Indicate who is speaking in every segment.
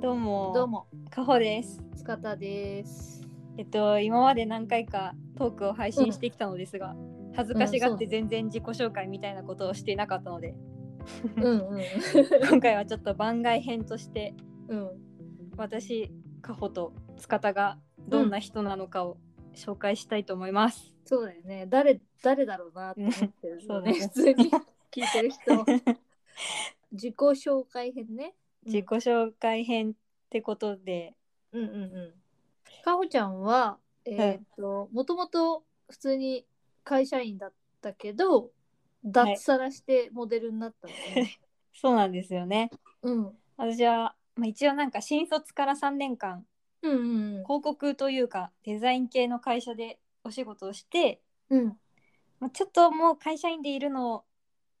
Speaker 1: どうも。
Speaker 2: どう。も、
Speaker 1: かほです。
Speaker 2: 塚田です。
Speaker 1: えっと、今まで何回かトークを配信してきたのですが、恥ずかしがって全然自己紹介みたいなことをしていなかった ので、
Speaker 2: うんうん。
Speaker 1: 今回はちょっと番外編として、
Speaker 2: うん。
Speaker 1: 私、かほと塚田がどんな人なのかを紹介したいと思います。
Speaker 2: そうだよね。誰、誰だろうなって思って る、
Speaker 1: そうだね
Speaker 2: 普通に聞いてる 人。自己紹介編ね。
Speaker 1: 自己紹介編ってことで、
Speaker 2: うんうんうん。かほちゃんは、えーっと、もともと普通に会社員だったけど、脱サラしてモデルになったのね。
Speaker 1: そうなんですよね。
Speaker 2: うん。
Speaker 1: 私は、まあ、一応なんか新卒から3年間、
Speaker 2: うんうん
Speaker 1: 広告というかデザイン系の会社でお仕事をして、
Speaker 2: うん。 うん。
Speaker 1: まあ、ちょっともう会社員でいるの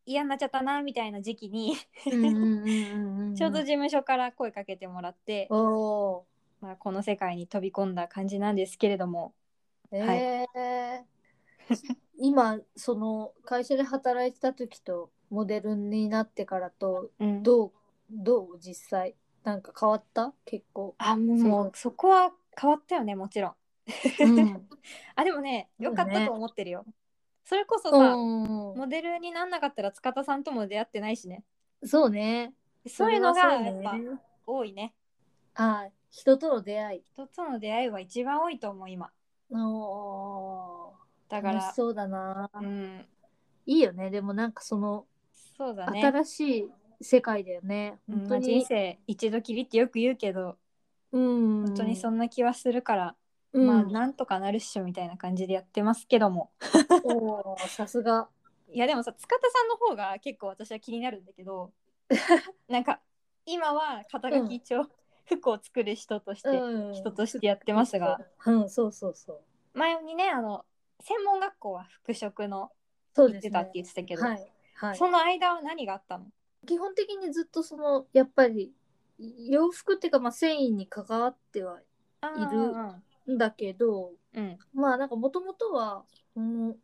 Speaker 1: 嫌になっちゃったなみたいな時期に
Speaker 2: うんうんうんうん。
Speaker 1: ちょうど事務所から声かけてもらって、
Speaker 2: おー。
Speaker 1: まあ、この世界に飛び込んだ感じなんですけれども
Speaker 2: ええ今その会社で働いてた時とモデルになってからと
Speaker 1: うん、
Speaker 2: どうどう実際なんか変わった結構
Speaker 1: あもうそこは変わったよねもちろん
Speaker 2: うん、
Speaker 1: あでもね良かっ
Speaker 2: そう
Speaker 1: た
Speaker 2: ね
Speaker 1: と思ってるよ、それこそさ、
Speaker 2: う
Speaker 1: モデルになんなかったら塚田さんとも出会ってないしね
Speaker 2: んそうね
Speaker 1: そういうのが
Speaker 2: それ
Speaker 1: や
Speaker 2: はそ
Speaker 1: っ
Speaker 2: う
Speaker 1: ぱ
Speaker 2: ね
Speaker 1: 多いね
Speaker 2: あー人との出会い
Speaker 1: 一つの出会いは一番多いと思う今
Speaker 2: お
Speaker 1: だ
Speaker 2: だ
Speaker 1: か
Speaker 2: かららそうだな、
Speaker 1: うん
Speaker 2: いいよねでもなんかその、
Speaker 1: そうだね
Speaker 2: 新しい世界だよね
Speaker 1: うん
Speaker 2: 本
Speaker 1: ま
Speaker 2: 当
Speaker 1: あ人
Speaker 2: に、
Speaker 1: 生一度きりってよく言うけど
Speaker 2: うん
Speaker 1: 本当にそ
Speaker 2: の、
Speaker 1: んな気はするから、
Speaker 2: うん、
Speaker 1: まあなんとかなるっしょみたいな感じでやってますけども
Speaker 2: おーさすが
Speaker 1: いやでもさ塚田さんの方が結構私は気になるんだけ どなんか今は肩書き一応服を作る人として、
Speaker 2: うん
Speaker 1: 人としてやってますが、
Speaker 2: うん、そうそうそう。
Speaker 1: 前にねあの専門学校は服飾の
Speaker 2: そう
Speaker 1: 行
Speaker 2: で
Speaker 1: っ
Speaker 2: す
Speaker 1: て
Speaker 2: ね。
Speaker 1: たって言ってたけどそ,、
Speaker 2: はい、はい。
Speaker 1: の間は何があったの
Speaker 2: 基本的にずっとそのやっぱり洋服っていうかまあ繊維に関わってはいいるんだけど、
Speaker 1: うん
Speaker 2: まあなんかもともとは、うん、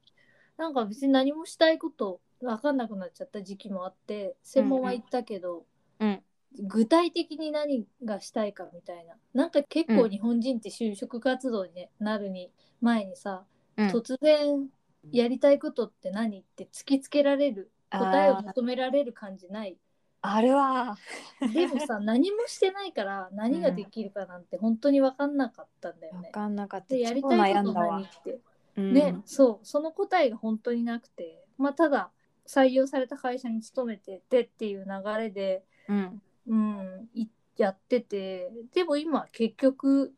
Speaker 2: なんか別に何もしたいこと分かんなくなっちゃった時期もあって専門は行ったけど、
Speaker 1: うん
Speaker 2: 具体的に何がしたいかみたいななんか結構日本人って就職活動になるに前にさ、
Speaker 1: うん
Speaker 2: 突然やりたいことって何って突きつけられる答えを
Speaker 1: あー
Speaker 2: 求められる感じない
Speaker 1: あるわ
Speaker 2: でも さ何もしてないから何ができるかなんて本当に分かんなかったんだよ
Speaker 1: 分
Speaker 2: ね。
Speaker 1: かんなかった
Speaker 2: でやり
Speaker 1: 超
Speaker 2: たい
Speaker 1: 悩
Speaker 2: こ
Speaker 1: ん
Speaker 2: と
Speaker 1: だわ
Speaker 2: 何、って、
Speaker 1: うん
Speaker 2: ねそうその答えが本当になくてまあただ採用された会社に勤めててっていう流れで、
Speaker 1: うん
Speaker 2: うん、いやっててでも今結局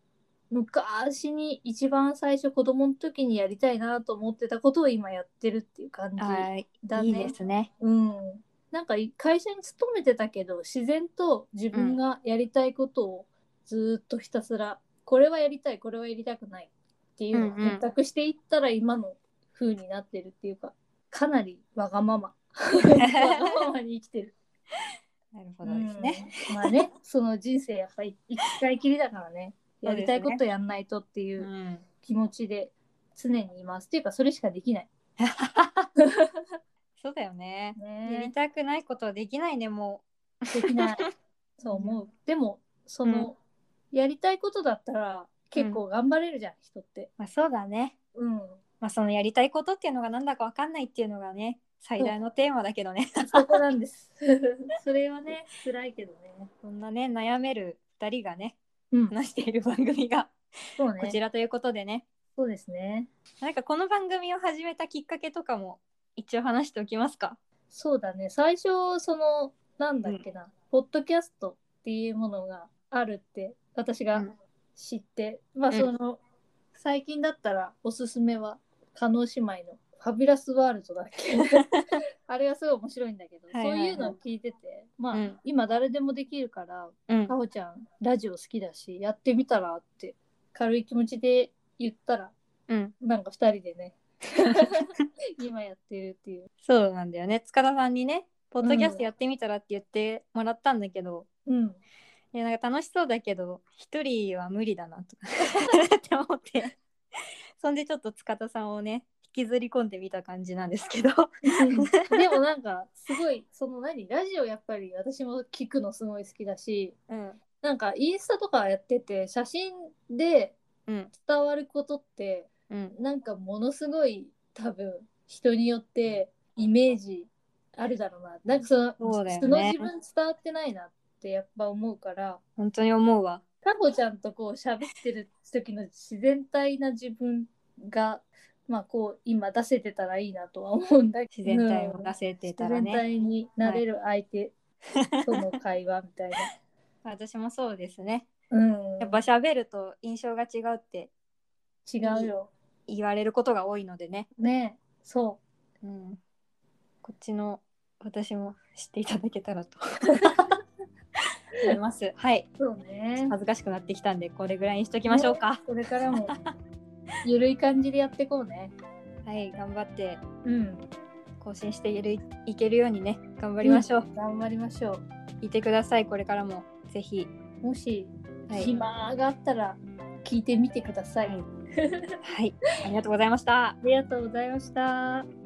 Speaker 2: 昔に一番最初子供の時にやりたいなと思ってたことを今やってるっていう感じ
Speaker 1: あー
Speaker 2: だ
Speaker 1: いい
Speaker 2: ね。
Speaker 1: です ね
Speaker 2: うん、なんかい会社に勤めてたけど自然と自分がやりたいことをずーっとひたすら、これはやりたいこれはやりたくないっていうのを選択していったら今の風になってるっていうかかなりわが ままわがままに生きてる。
Speaker 1: なるほどですね、
Speaker 2: うんまあねその人生やっぱり一回きりだからねやりたいことやんないとっていう
Speaker 1: うん
Speaker 2: 気持ちで常にいます、っていうかそれしかできない。
Speaker 1: そうだよね。やり
Speaker 2: ね
Speaker 1: たくないことはできないね、も
Speaker 2: で きないそう思うでもその、やりたいことだったら結構頑張れるじゃん、人って
Speaker 1: う。まあ、そうだね。
Speaker 2: うん
Speaker 1: まあ、そのやりたいことっていうのがなんだかわかんないっていうのがね、最大のテーマだけどね。
Speaker 2: そこなんです それはね辛いけどね
Speaker 1: そんなね、悩める二人がね、
Speaker 2: うん
Speaker 1: 話している番組が
Speaker 2: そう
Speaker 1: こち
Speaker 2: ね
Speaker 1: らということでね。
Speaker 2: そうですね
Speaker 1: なんかこの番組を始めたきっかけとかも一応話しておきますか。
Speaker 2: そうだね最初そのなんだっけな、ポッドキャストっていうものがあるって私
Speaker 1: う
Speaker 2: が
Speaker 1: ん
Speaker 2: 知って、まあ
Speaker 1: うん
Speaker 2: その、最近だったらおすすめは叶姉妹の「ファビュラスワールド」だ っけあれがすごい面白いんだけど、
Speaker 1: はいはいはい
Speaker 2: そういうのを聞いててまあ、
Speaker 1: うん
Speaker 2: 今誰でもできるから
Speaker 1: うん
Speaker 2: か。ほちゃんラジオ好きだしやってみたらって軽い気持ちで言ったら
Speaker 1: うん。
Speaker 2: なんか2人 でね今やってるっていう。
Speaker 1: そうなんだよね。塚田さんにね、ポッドキャストやってみたらって言ってもらったんだけど、
Speaker 2: うん
Speaker 1: いやなんか楽しそうだけど一人は無理 だなとかって思ってそんでちょっと塚田さんをね引きずり込んでみた感じなんですけど
Speaker 2: でもなんかすごいその何ラジオやっぱり私も聞くのすごい好きだし
Speaker 1: うん
Speaker 2: なんかインスタとかやってて写真で
Speaker 1: うん
Speaker 2: 伝わることって
Speaker 1: うん
Speaker 2: なんかものすごい多分人によってイメージあるだろうななんかその
Speaker 1: そうだよね
Speaker 2: 素の自分伝わってないなってやっぱ思うから
Speaker 1: 本当に思うわ
Speaker 2: かほちゃんとこう喋ってる時の自然体な自分がまあこう今出せてたらいいなとは思うんだけ
Speaker 1: 自
Speaker 2: ど
Speaker 1: 然体を出せてたらね、
Speaker 2: 自然体になれる相手との会話み たいな。
Speaker 1: 私もそうですね
Speaker 2: うん、
Speaker 1: やっぱ喋ると印象が違うって
Speaker 2: 違うよ。
Speaker 1: 言われることが多いのでね、
Speaker 2: ねえそ
Speaker 1: うん、こっちの私も知っていただけたら と思いますはい
Speaker 2: そう。そうね。
Speaker 1: 恥ずかしくなってきたんでこれぐらいにしときましょうか、
Speaker 2: これか らもゆるい感じでやっていこうね。
Speaker 1: はい頑張って
Speaker 2: うん。
Speaker 1: 更新しているいけるようにね頑張りましょう、
Speaker 2: 頑張りましょ
Speaker 1: いてくださいこれからもぜひ
Speaker 2: う。もし、
Speaker 1: はい、
Speaker 2: 暇があったら聞いてみてください。
Speaker 1: はいはい、ありがとうございました
Speaker 2: ありがとうございました。